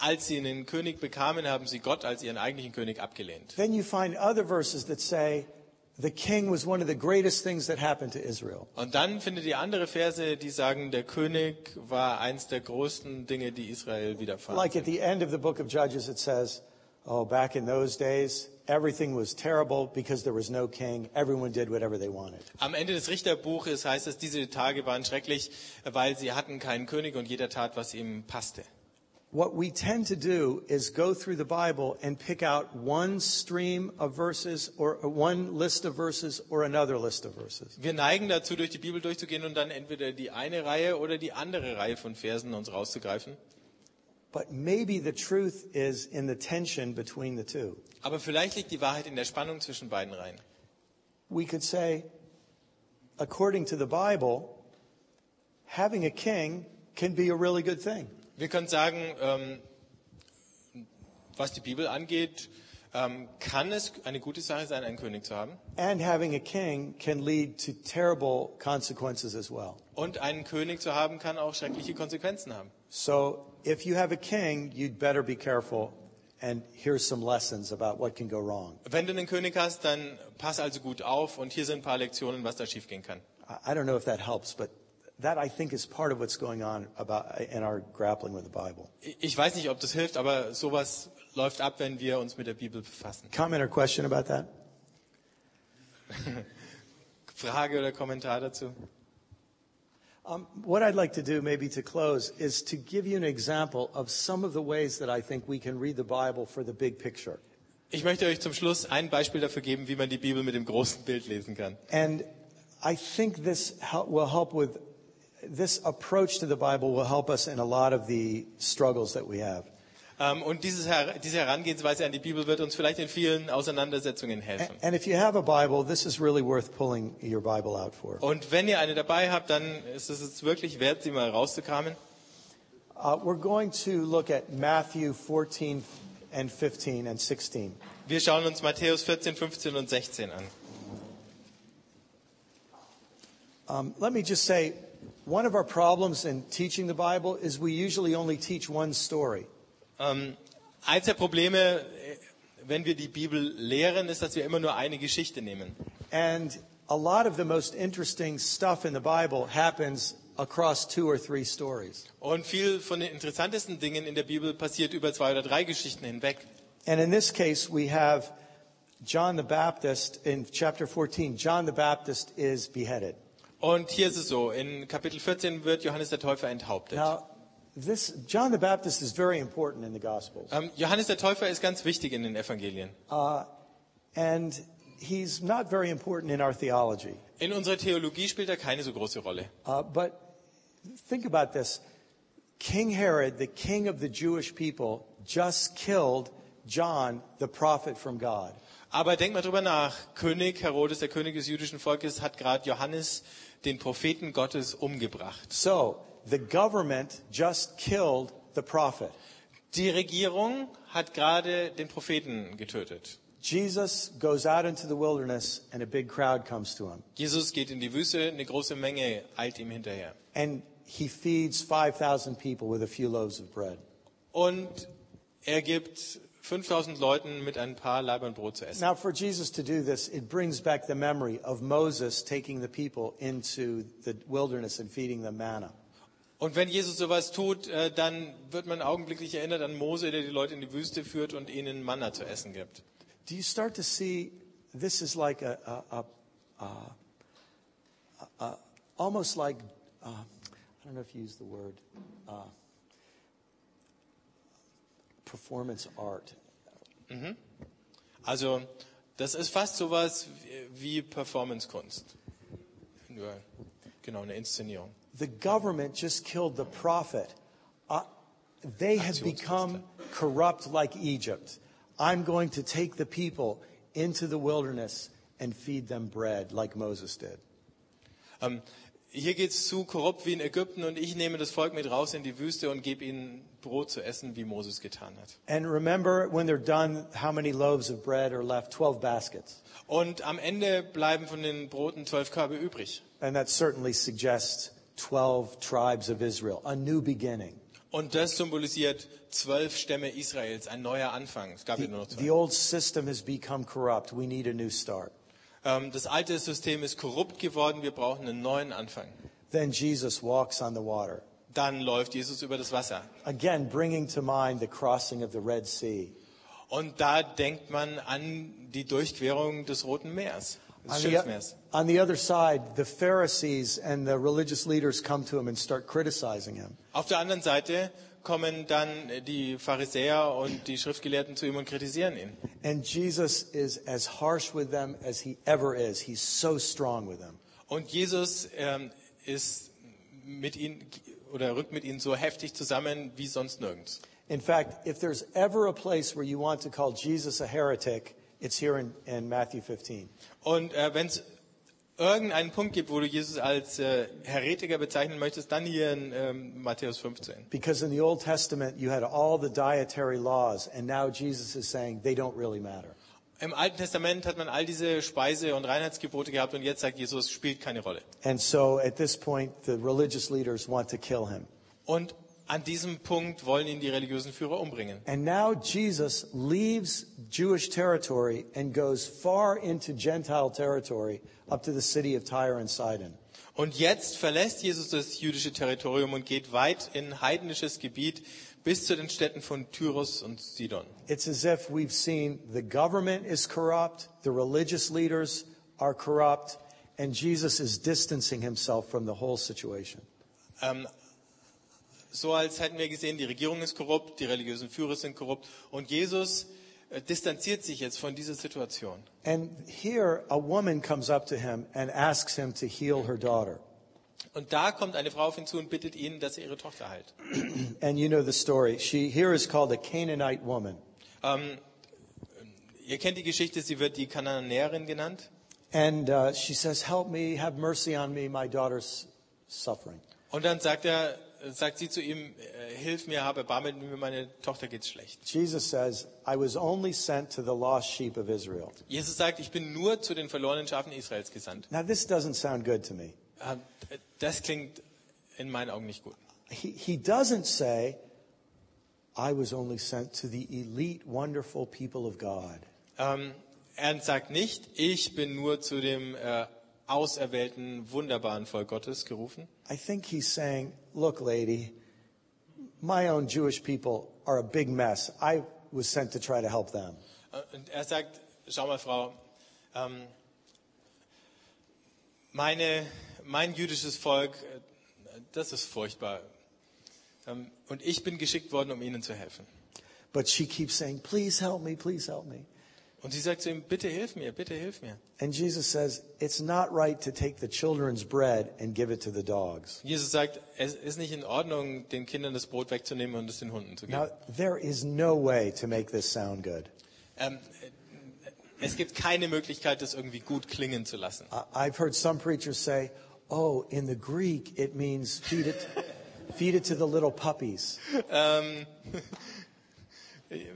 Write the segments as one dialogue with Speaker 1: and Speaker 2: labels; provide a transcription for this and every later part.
Speaker 1: Als sie einen König bekamen, haben sie Gott als ihren eigentlichen König abgelehnt.
Speaker 2: Then you find other verses that say the king was one of the greatest things that happened to Israel.
Speaker 1: Und dann findet ihr andere Verse, die sagen, der König war eins der größten Dinge, die Israel widerfahren.
Speaker 2: Like at the end of the book of Judges, it says, Oh, back in those days, everything was terrible because there was no king. Everyone did whatever they wanted.
Speaker 1: Am Ende des Richterbuches heißt es, diese Tage waren schrecklich, weil sie hatten keinen König und jeder tat, was ihm passte.
Speaker 2: What we tend to do is go through the Bible and pick out one stream of verses or or one list of verses or another list of verses.
Speaker 1: Wir neigen dazu, durch die Bibel durchzugehen und dann entweder die eine Reihe oder die andere Reihe von Versen uns rauszugreifen.
Speaker 2: But maybe the truth is in the tension between the two.
Speaker 1: Aber vielleicht liegt die Wahrheit in der Spannung zwischen beiden Reihen.
Speaker 2: We could say, according to the Bible, having a king can be a really good thing.
Speaker 1: Wir können sagen, ähm, was die Bibel angeht, ähm, kann es eine gute Sache sein, einen König zu haben.
Speaker 2: And having a king can lead to terrible consequences as well.
Speaker 1: Und einen König zu haben, kann auch schreckliche Konsequenzen haben.
Speaker 2: So if you have a king, you'd better be careful. And here's some lessons about what can go wrong.
Speaker 1: Wenn du einen König hast, dann pass also gut auf. Und hier sind ein paar Lektionen, was da schiefgehen kann.
Speaker 2: I- I don't know if that helps, but that I think is part of what's going on about in our grappling with the Bible.
Speaker 1: Ich- Ich weiß nicht, ob das hilft, aber sowas läuft ab, wenn wir uns mit der Bibel befassen.
Speaker 2: Comment or question about that?
Speaker 1: Frage oder Kommentar dazu?
Speaker 2: Um, what I'd like to do, maybe to close, is to give you an example of some of the ways that I think we can read the Bible for the big picture.
Speaker 1: Ich möchte euch zum Schluss ein Beispiel dafür geben, wie man die Bibel mit dem großen Bild lesen kann.
Speaker 2: And I think this hel- will help with this approach to the Bible will help us in a lot of the struggles that we have.
Speaker 1: Ähm, Und dieses, Her- diese Herangehensweise an die Bibel wird uns vielleicht in vielen Auseinandersetzungen
Speaker 2: A-
Speaker 1: helfen.
Speaker 2: And if you have a Bible, this is really worth pulling your Bible out for.
Speaker 1: Und wenn ihr eine dabei habt, dann ist es jetzt wirklich wert, sie mal rauszukramen.
Speaker 2: Uh, we're going to look at Matthew 14 and 15 and 16.
Speaker 1: Wir schauen uns Matthäus 14, 15 und 16 an.
Speaker 2: Um, let me just say, one of our problems in teaching the Bible is we usually only teach one story.
Speaker 1: Ähm, eins der Probleme, äh, wenn wir die Bibel lehren, ist, dass wir immer nur eine Geschichte nehmen.
Speaker 2: And a lot of the most interesting stuff in the Bible happens across two or three stories.
Speaker 1: Und viel von den interessantesten Dingen in der Bibel passiert über zwei oder drei Geschichten hinweg.
Speaker 2: And in this case, we have John the Baptist in chapter 14. John the Baptist is beheaded.
Speaker 1: Und hier ist es so, in Kapitel 14 wird Johannes der Täufer enthauptet.
Speaker 2: Now, this John the Baptist is very important in the Gospels,
Speaker 1: Ähm, Johannes der Täufer ist ganz wichtig in den Evangelien.
Speaker 2: and he's not very important in our theology.
Speaker 1: In unserer Theologie spielt er keine so große Rolle.
Speaker 2: Uh, but think about this: King Herod, the king of the Jewish people, just killed John, the prophet from God.
Speaker 1: Aber denkt mal drüber nach. König Herodes, der König des jüdischen Volkes, hat gerade Johannes, den Propheten Gottes, umgebracht.
Speaker 2: So the government just killed the prophet.
Speaker 1: Die Regierung hat gerade den Propheten getötet.
Speaker 2: Jesus goes out into the wilderness, and a big crowd comes to him,
Speaker 1: Jesus geht in die Wüste, eine große Menge eilt ihm hinterher.
Speaker 2: and he feeds five thousand people with a few loaves of bread.
Speaker 1: Und er gibt 5000 Leuten mit ein paar Leibern Brot zu essen.
Speaker 2: Now, for Jesus to do this, it brings back the memory of Moses taking the people into the wilderness and feeding them manna.
Speaker 1: Und wenn Jesus sowas tut, äh, dann wird man augenblicklich erinnert an Mose, der die Leute in die Wüste führt und ihnen Manna zu essen gibt.
Speaker 2: Do you start to see this is like a, a, a, a, a- almost like uh, I don't know if you use the word uh, performance art.
Speaker 1: Also das ist fast sowas wie wie Performancekunst. Nur, genau, eine Inszenierung.
Speaker 2: The government just killed the prophet. Uh, they have become corrupt like Egypt. I'm going to take the people into the wilderness and feed them bread like Moses did.
Speaker 1: Ähm, hier geht's zu korrupt wie in Ägypten und ich nehme das Volk mit raus in die Wüste und gebe ihnen Brot zu essen, wie Moses getan hat.
Speaker 2: And remember when they're done, how many loaves of bread are left? Twelve baskets.
Speaker 1: Und am Ende bleiben von den Broten zwölf Körbe übrig.
Speaker 2: And that certainly suggests 12 tribes of Israel, a new beginning.
Speaker 1: Und das symbolisiert zwölf Stämme Israels, ein neuer Anfang. Es gab ja nur noch
Speaker 2: The
Speaker 1: zwei.
Speaker 2: old system has become corrupt. We need a new start.
Speaker 1: Ähm, das alte System ist korrupt geworden, wir brauchen einen neuen Anfang.
Speaker 2: Then Jesus walks on the water.
Speaker 1: Dann läuft Jesus über das Wasser.
Speaker 2: Again, bringing to mind the crossing of the Red Sea.
Speaker 1: Und da denkt man an die Durchquerung des Roten Meers, des
Speaker 2: On the,
Speaker 1: Schiffsmeers.
Speaker 2: on the other side, the Pharisees and the religious leaders come to him and start criticizing him.
Speaker 1: Auf der anderen Seite kommen dann die Pharisäer und die Schriftgelehrten zu ihm und kritisieren ihn.
Speaker 2: And Jesus is as harsh with them as he ever is. He's so strong with them.
Speaker 1: Und Jesus ähm, ist mit ihnen oder rückt mit ihnen so heftig zusammen wie sonst nirgends.
Speaker 2: In fact, if there's ever a place where you want to call Jesus a heretic, it's here in, in Matthew 15.
Speaker 1: Und äh, wenn es irgendeinen Punkt gibt, wo du Jesus als äh, Heretiker bezeichnen möchtest, dann hier in ähm, Matthäus 15.
Speaker 2: Because in the Old Testament, you had all the dietary laws, and now Jesus is saying they don't really matter.
Speaker 1: Im Alten Testament hat man all diese Speise- und Reinheitsgebote gehabt und jetzt sagt Jesus, spielt keine Rolle.
Speaker 2: And so at this point, the religious leaders want to kill him.
Speaker 1: Und an diesem Punkt wollen ihn die religiösen Führer umbringen.
Speaker 2: And now Jesus leaves Jewish territory and goes far into Gentile territory up to the city of Tyre and Sidon.
Speaker 1: Und jetzt verlässt Jesus das jüdische Territorium und geht weit in heidnisches Gebiet bis zu den Städten von Tyros und Sidon.
Speaker 2: It's as if we've seen the government is corrupt, the religious leaders are corrupt, and Jesus is distancing himself from the whole situation.
Speaker 1: So als hätten wir gesehen, die Regierung ist korrupt, die religiösen Führer sind korrupt und Jesus äh, distanziert sich jetzt von dieser Situation.
Speaker 2: And here, a woman comes up to him and asks him to heal her daughter.
Speaker 1: Und da kommt eine Frau auf ihn zu und bittet ihn, dass er ihre Tochter heilt.
Speaker 2: And you know the story. She here is called a Canaanite woman.
Speaker 1: Ihr kennt die Geschichte, sie wird die Kananäerin genannt.
Speaker 2: And uh, she says, Help me, have mercy on me, my daughter's suffering.
Speaker 1: Und dann sagt er, sagt sie zu ihm, äh, hilf mir, habe Barmel mit mir, meine Tochter geht's schlecht.
Speaker 2: Jesus says, I was only sent to the lost sheep of Israel.
Speaker 1: Jesus sagt, ich bin nur zu den verlorenen Schafen Israels gesandt.
Speaker 2: Now, this doesn't sound good to me.
Speaker 1: Ähm, Das klingt in meinen Augen nicht gut.
Speaker 2: He, he doesn't say, I was only sent to the elite, wonderful people of God.
Speaker 1: Ähm, er sagt nicht, ich bin nur zu dem äh, auserwählten, wunderbaren Volk Gottes gerufen.
Speaker 2: I think he's saying, Look, lady, my own Jewish people are a big mess. I was sent to try to help them.
Speaker 1: Äh, Und er sagt, schau mal, Frau, ähm, meine, mein jüdisches Volk, äh, das ist furchtbar. Ähm, und ich bin geschickt worden, um ihnen zu helfen.
Speaker 2: But she keeps saying, Please help me, please help me.
Speaker 1: Und sie sagt zu ihm, bitte hilf mir, bitte hilf mir.
Speaker 2: And Jesus says, It's not right to take the children's bread and give it to the dogs.
Speaker 1: Jesus sagt, es ist nicht in Ordnung, den Kindern das Brot wegzunehmen und es den Hunden zu geben.
Speaker 2: Now, there is no way to make this sound good.
Speaker 1: Ähm, äh, es gibt keine Möglichkeit, das irgendwie gut klingen zu lassen.
Speaker 2: I- I've heard some preachers say, Oh, in the Greek, it means feed it, feed it to the little puppies.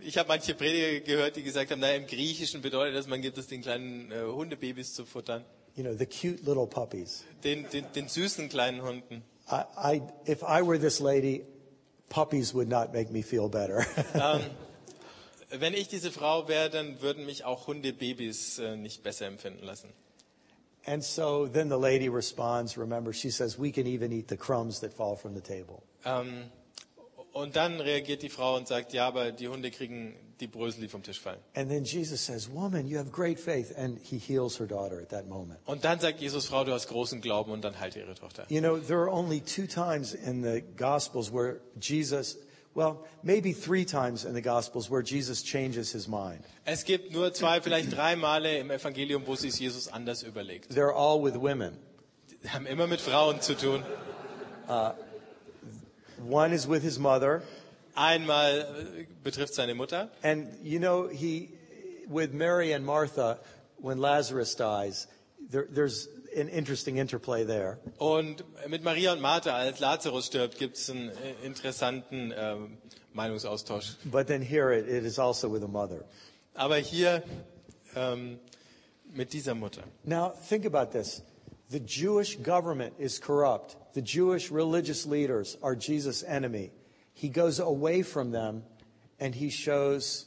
Speaker 1: Ich habe manche Prediger gehört, die gesagt haben, naja, im Griechischen bedeutet das, man gibt es den kleinen äh, Hundebabys zu futtern,
Speaker 2: You know, the cute little puppies.
Speaker 1: den, den, den süßen kleinen Hunden.
Speaker 2: I, I, if I were this lady, puppies would not make me feel better.
Speaker 1: Wenn ich diese Frau wäre, dann würden mich auch Hundebabys äh, nicht besser empfinden lassen.
Speaker 2: and so then the lady responds, remember, she says, We can even eat the crumbs that fall from the table.
Speaker 1: Ähm, und dann reagiert die Frau und sagt, ja, aber die Hunde kriegen die Brösel, die vom Tisch fallen.
Speaker 2: And then Jesus says, Woman, you have great faith. And he heals her daughter at that moment.
Speaker 1: Und dann sagt Jesus, Frau, du hast großen Glauben und dann heilte ihre Tochter.
Speaker 2: You know, there are only two times in the Gospels where Jesus, well, maybe three times in the Gospels where Jesus changes his mind.
Speaker 1: Es gibt nur zwei, vielleicht drei Male im Evangelium, wo sich Jesus anders überlegt.
Speaker 2: They're all with women.
Speaker 1: Wir haben immer mit Frauen zu tun.
Speaker 2: One is with his mother.
Speaker 1: Einmal äh, betrifft seine Mutter.
Speaker 2: And, you know, he, with Mary and Martha, when Lazarus dies, there, there's an interesting interplay there.
Speaker 1: Und mit Maria und Martha, als Lazarus stirbt, gibt es einen äh, interessanten ähm, Meinungsaustausch.
Speaker 2: But then here it, it is also with a mother.
Speaker 1: Aber hier ähm, mit dieser Mutter.
Speaker 2: Now, think about this. The Jewish government is corrupt. The Jewish religious leaders are Jesus' enemy. He goes away from them and he shows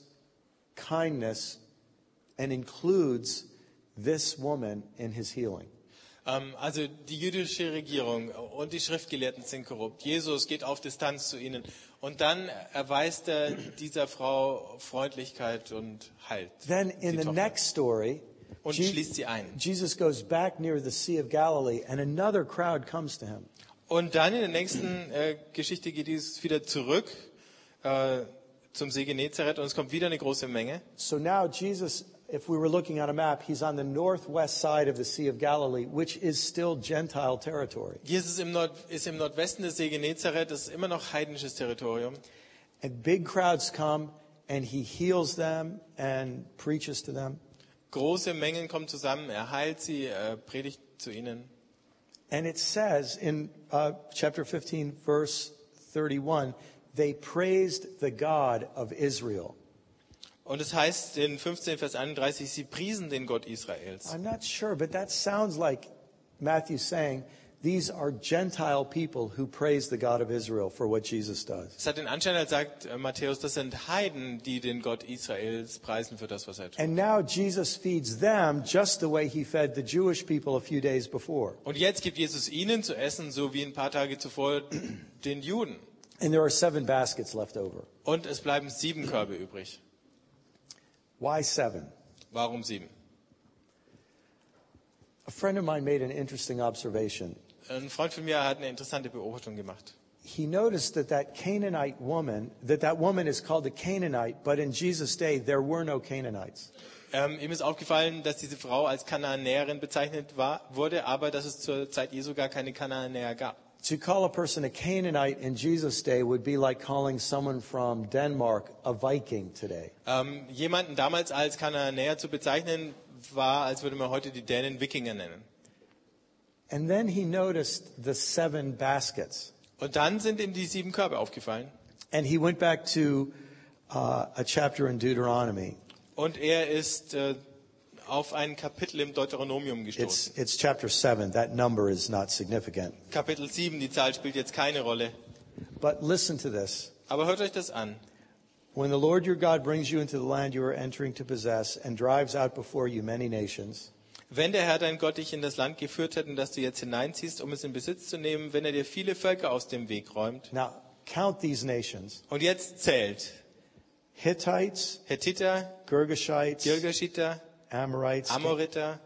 Speaker 2: kindness and includes this woman in his healing.
Speaker 1: Ähm, also die jüdische Regierung und die Schriftgelehrten sind korrupt. Jesus geht auf Distanz zu ihnen und dann erweist er dieser Frau Freundlichkeit und Halt. heilt.
Speaker 2: Then in
Speaker 1: die
Speaker 2: the
Speaker 1: Tochter.
Speaker 2: next story,
Speaker 1: und
Speaker 2: Je-
Speaker 1: schließt sie ein.
Speaker 2: Jesus goes back near the Sea of Galilee and another crowd comes to him.
Speaker 1: Und dann in der nächsten äh, Geschichte geht es wieder zurück äh, zum See Genezareth und es kommt wieder eine große Menge.
Speaker 2: So now Jesus, if we were looking at a map, he's on the northwest side of the Sea of Galilee, which is still Gentile territory.
Speaker 1: Jesus im Nord ist im Nordwesten des See Genezareth, das ist immer noch heidnisches Territorium.
Speaker 2: And big crowds come and he heals them and preaches to them.
Speaker 1: Große Mengen kommen zusammen, er heilt sie, er predigt zu ihnen.
Speaker 2: And it says in uh, chapter 15, verse 31, they praised the God of Israel.
Speaker 1: Und es heißt in 15 Vers 31, sie priesen den Gott Israels.
Speaker 2: I'm not sure, but that sounds like Matthew saying these are Gentile people who praise the God of Israel for what Jesus does.
Speaker 1: Es hat den Anschein, als sagt äh, Matthäus, das sind Heiden, die den Gott Israels preisen für das, was er tut.
Speaker 2: And now Jesus feeds them just the way he fed the Jewish people a few days before.
Speaker 1: Und jetzt gibt Jesus ihnen zu essen, so wie ein paar Tage zuvor den Juden.
Speaker 2: And there are seven baskets left over.
Speaker 1: Und es bleiben sieben Körbe übrig.
Speaker 2: Why seven?
Speaker 1: Warum sieben?
Speaker 2: A friend of mine made an interesting observation.
Speaker 1: Ein Freund von mir hat eine interessante Beobachtung gemacht.
Speaker 2: He noticed that that Canaanite woman, that that woman is called a Canaanite, but in Jesus' day there were no Canaanites.
Speaker 1: Ähm, ihm ist aufgefallen, dass diese Frau als Kanaanäerin bezeichnet war, wurde, aber dass es zur Zeit Jesu gar keine Kanaanäer gab.
Speaker 2: To call a person a Canaanite in Jesus' day would be like calling someone from Denmark a Viking today.
Speaker 1: Ähm, jemanden damals als Kanaanäer zu bezeichnen, war, als würde man heute die Dänen Wikinger nennen.
Speaker 2: And then he noticed the seven baskets.
Speaker 1: Und dann sind ihm die sieben Körbe aufgefallen.
Speaker 2: And he went back to uh, a chapter in Deuteronomy.
Speaker 1: Und er ist äh, auf ein Kapitel im Deuteronomium gestoßen.
Speaker 2: It's, it's chapter 7. That number is not significant.
Speaker 1: Kapitel 7, die Zahl spielt jetzt keine Rolle.
Speaker 2: But listen to this.
Speaker 1: Aber hört euch das an.
Speaker 2: When the Lord your God brings you into the land you are entering to possess and drives out before you many nations,
Speaker 1: Wenn der Herr dein Gott dich in das Land geführt hat, in das du jetzt hineinziehst, um es in Besitz zu nehmen, wenn er dir viele Völker aus dem Weg räumt.
Speaker 2: now count these nations
Speaker 1: Und jetzt zählt
Speaker 2: Hittites,
Speaker 1: Hethiter,
Speaker 2: Girgashites,
Speaker 1: Girgashiter,
Speaker 2: Amorites,
Speaker 1: Amoriter,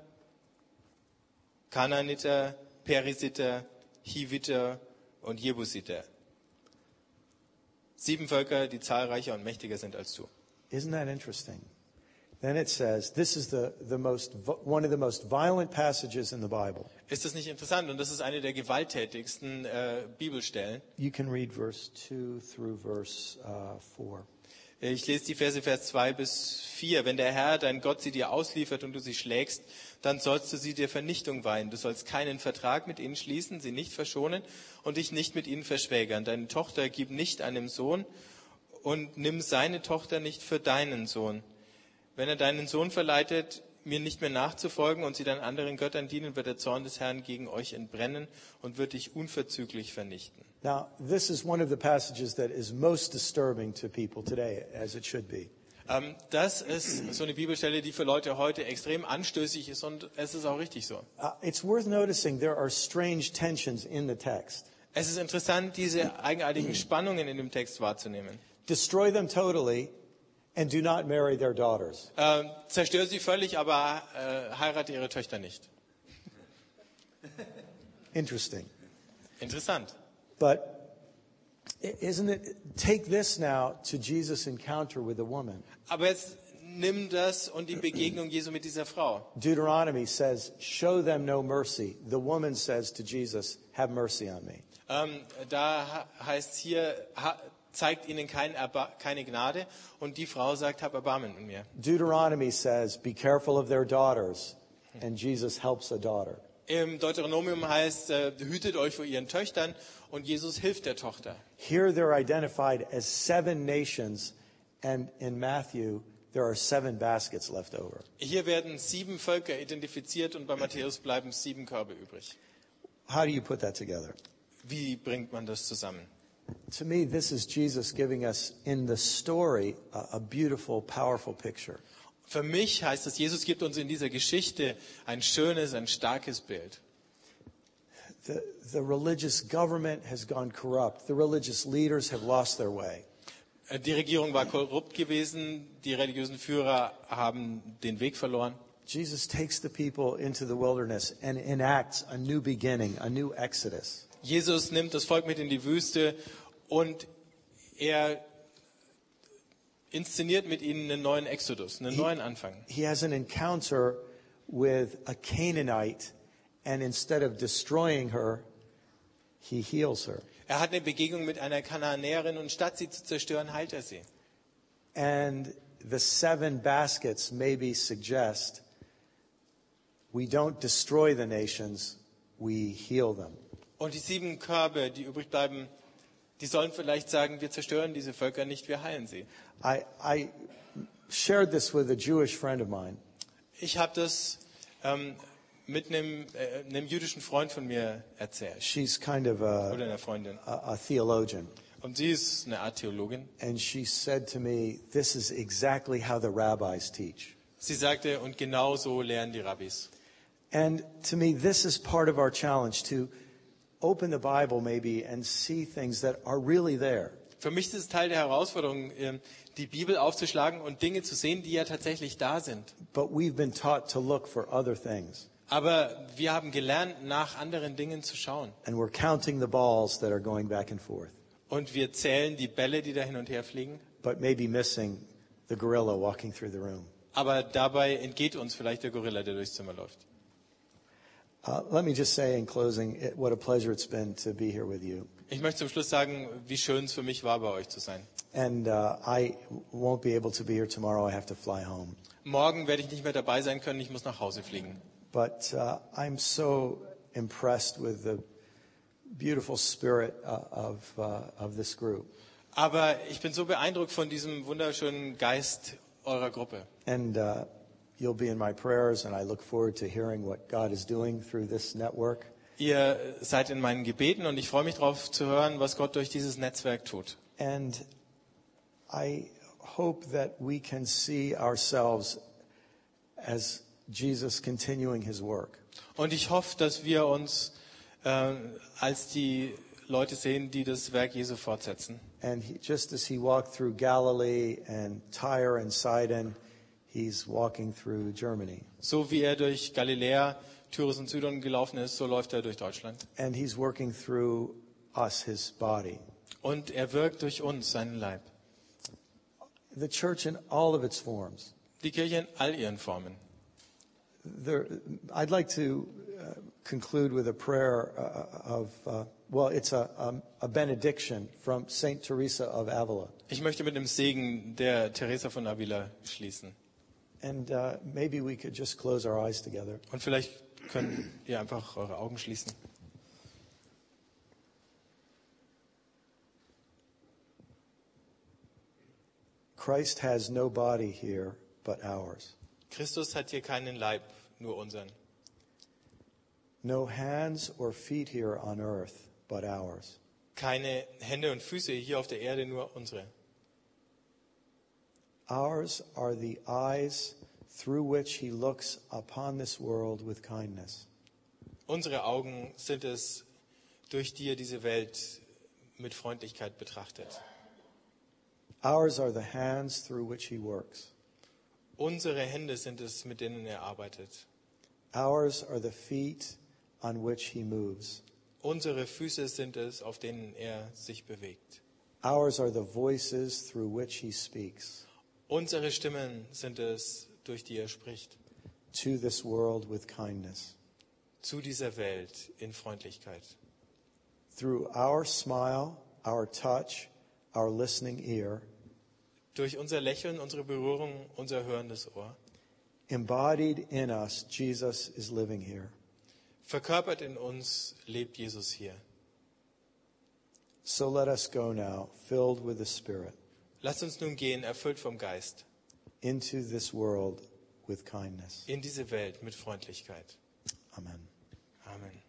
Speaker 1: Kanaaniter, Perisiter, Hiviter und Jebusiter. Sieben Völker, die zahlreicher und mächtiger sind als du.
Speaker 2: Isn't that interesting? Then it says, this is the, the most, vi- one of the most violent passages in the Bible.
Speaker 1: Ist das nicht interessant? Und das ist eine der gewalttätigsten äh, Bibelstellen.
Speaker 2: You can read verse 2 through verse uh, 4.
Speaker 1: Äh, Ich lese die Verse Vers 2 bis 4. Wenn der Herr, dein Gott, sie dir ausliefert und du sie schlägst, dann sollst du sie dir Vernichtung weihen. Du sollst keinen Vertrag mit ihnen schließen, sie nicht verschonen und dich nicht mit ihnen verschwägern. Deine Tochter gib nicht einem Sohn und nimm seine Tochter nicht für deinen Sohn. Wenn er deinen Sohn verleitet, mir nicht mehr nachzufolgen und sie dann anderen Göttern dienen, wird der Zorn des Herrn gegen euch entbrennen und wird dich unverzüglich vernichten.
Speaker 2: Now, this is one of the passages that is most disturbing to people today, as it should be.
Speaker 1: Ähm, das ist so eine Bibelstelle, die für Leute heute extrem anstößig ist und es ist auch richtig so.
Speaker 2: Uh, it's worth noticing there are strange tensions in the text.
Speaker 1: Es ist interessant, diese eigenartigen Spannungen in dem Text wahrzunehmen.
Speaker 2: Destroy them totally and do not marry their daughters.
Speaker 1: Ähm, zerstör sie völlig, aber äh, heirate ihre Töchter nicht.
Speaker 2: Interesting.
Speaker 1: Interessant.
Speaker 2: But i- isn't it? Take this now to Jesus' encounter with the woman.
Speaker 1: Aber jetzt nimm das und die Begegnung Jesu mit dieser Frau.
Speaker 2: Deuteronomy says, Show them no mercy. The woman says to Jesus, Have mercy on me.
Speaker 1: Ähm, da ha- heißt hier, ha, zeigt ihnen kein Erba keine Gnade und die Frau sagt, hab Erbarmen mit mir.
Speaker 2: Deuteronomy says, Be careful of their daughters. And Jesus helps a daughter.
Speaker 1: Im Deuteronomium heißt, äh, hütet euch vor ihren Töchtern und Jesus hilft der Tochter.
Speaker 2: Here they're identified as seven nations, and in Matthew, there are seven baskets left over.
Speaker 1: Hier werden sieben Völker identifiziert und bei Matthäus bleiben sieben Körbe übrig.
Speaker 2: How do you put that together?
Speaker 1: Wie bringt man das zusammen?
Speaker 2: To me, this is Jesus giving us in the story a, a beautiful, powerful picture.
Speaker 1: Für mich heißt es, Jesus gibt uns in dieser Geschichte ein schönes, ein starkes Bild.
Speaker 2: The, the religious government has gone corrupt. The religious leaders have lost their way.
Speaker 1: Äh, Die Regierung war korrupt gewesen, die religiösen Führer haben den Weg verloren.
Speaker 2: Jesus takes the people into the wilderness and enacts a new beginning, a new exodus.
Speaker 1: Jesus nimmt das Volk mit in die Wüste und er inszeniert mit ihnen einen neuen Exodus, einen neuen Anfang.
Speaker 2: He has an encounter with a Canaanite, and instead of destroying her, he heals her.
Speaker 1: Er hat eine Begegnung mit einer Kanaanäerin und statt sie zu zerstören, heilt er sie.
Speaker 2: And the seven baskets maybe suggest we don't destroy the nations, we heal them.
Speaker 1: Und die sieben Körbe, die übrig bleiben, die sollen vielleicht sagen, wir zerstören diese Völker nicht, wir heilen sie.
Speaker 2: I, I shared this with a Jewish friend of mine,
Speaker 1: Ich habe das ähm, mit einem, äh, einem jüdischen Freund von mir erzählt
Speaker 2: she's kind of a,
Speaker 1: oder einer Freundin.
Speaker 2: a, a theologian.
Speaker 1: Und sie ist eine Art Theologin.
Speaker 2: And she said to me, This is exactly how the rabbis teach.
Speaker 1: Sie sagte, und genau so lernen die Rabbis.
Speaker 2: And to me, this is part of our challenge to open the Bible maybe and see things that are really there.
Speaker 1: Für mich ist es Teil der Herausforderung, ähm, die Bibel aufzuschlagen und Dinge zu sehen, die ja tatsächlich da sind.
Speaker 2: But we've been taught to look for other things.
Speaker 1: Aber wir haben gelernt, nach anderen Dingen zu schauen.
Speaker 2: And we're counting the balls that are going back and forth,
Speaker 1: Und wir zählen die Bälle, die da hin und her fliegen.
Speaker 2: but maybe missing the gorilla walking through the room.
Speaker 1: Aber dabei entgeht uns vielleicht der Gorilla, der durchs Zimmer läuft.
Speaker 2: Uh, let me just say in closing, it, what a pleasure it's been to be here with you.
Speaker 1: Ich möchte zum Schluss sagen, wie schön es für mich war, bei euch zu sein.
Speaker 2: And uh, I won't be able to be here tomorrow. I have to fly home.
Speaker 1: Morgen werde ich nicht mehr dabei sein können, ich muss nach Hause fliegen.
Speaker 2: But uh, I'm so impressed with the beautiful spirit uh, of, uh, of this group.
Speaker 1: Aber ich bin so beeindruckt von diesem wunderschönen Geist eurer Gruppe.
Speaker 2: And uh, you'll be in my prayers, and I look forward to hearing what God is doing through this network.
Speaker 1: Ihr seid in meinen Gebeten und ich freue mich darauf zu hören, was Gott durch dieses Netzwerk tut.
Speaker 2: And I hope that we can see ourselves as Jesus continuing his work.
Speaker 1: Und ich hoffe, dass wir uns äh, als die Leute sehen, die das Werk Jesu fortsetzen.
Speaker 2: And he, just as he walked through Galilee and Tyre and Sidon, he's walking through Germany.
Speaker 1: So wie er durch Galiläa, Tyrus und Sidon gelaufen ist, so läuft er durch Deutschland.
Speaker 2: And he's working through us, his body.
Speaker 1: Und er wirkt durch uns, seinen Leib.
Speaker 2: The church in all of its forms.
Speaker 1: Die Kirche in all ihren Formen.
Speaker 2: There, I'd like to uh, conclude with a prayer uh, of, uh, well, it's a, um, a benediction from St. Teresa of Avila.
Speaker 1: Ich möchte mit dem Segen der Teresa von Avila schließen.
Speaker 2: And uh, maybe we could just close our eyes together.
Speaker 1: Und vielleicht könnt ihr einfach eure Augen schließen.
Speaker 2: Christ has no body here but ours,
Speaker 1: Christus hat hier keinen Leib, nur unseren.
Speaker 2: no hands or feet here on earth but ours,
Speaker 1: Keine Hände und Füße hier auf der Erde, nur unsere.
Speaker 2: Ours are the eyes through which he looks upon this world with kindness.
Speaker 1: Unsere Augen sind es, durch die er diese Welt mit Freundlichkeit betrachtet.
Speaker 2: Ours are the hands through which he works.
Speaker 1: Unsere Hände sind es, mit denen er arbeitet.
Speaker 2: Ours are the feet on which he moves.
Speaker 1: Unsere Füße sind es, auf denen er sich bewegt.
Speaker 2: Ours are the voices through which he speaks
Speaker 1: Unsere Stimmen sind es, durch die er spricht.
Speaker 2: to this world with kindness.
Speaker 1: Zu dieser Welt in Freundlichkeit.
Speaker 2: Through our smile, our touch, our listening ear,
Speaker 1: Durch unser Lächeln, unsere Berührung, unser hörendes Ohr.
Speaker 2: embodied in us, Jesus is living here.
Speaker 1: Verkörpert in uns lebt Jesus hier.
Speaker 2: So let us go now, filled with the Spirit,
Speaker 1: Lasst uns nun gehen, erfüllt vom Geist,
Speaker 2: into this world with kindness.
Speaker 1: in diese Welt mit Freundlichkeit.
Speaker 2: Amen.
Speaker 1: Amen.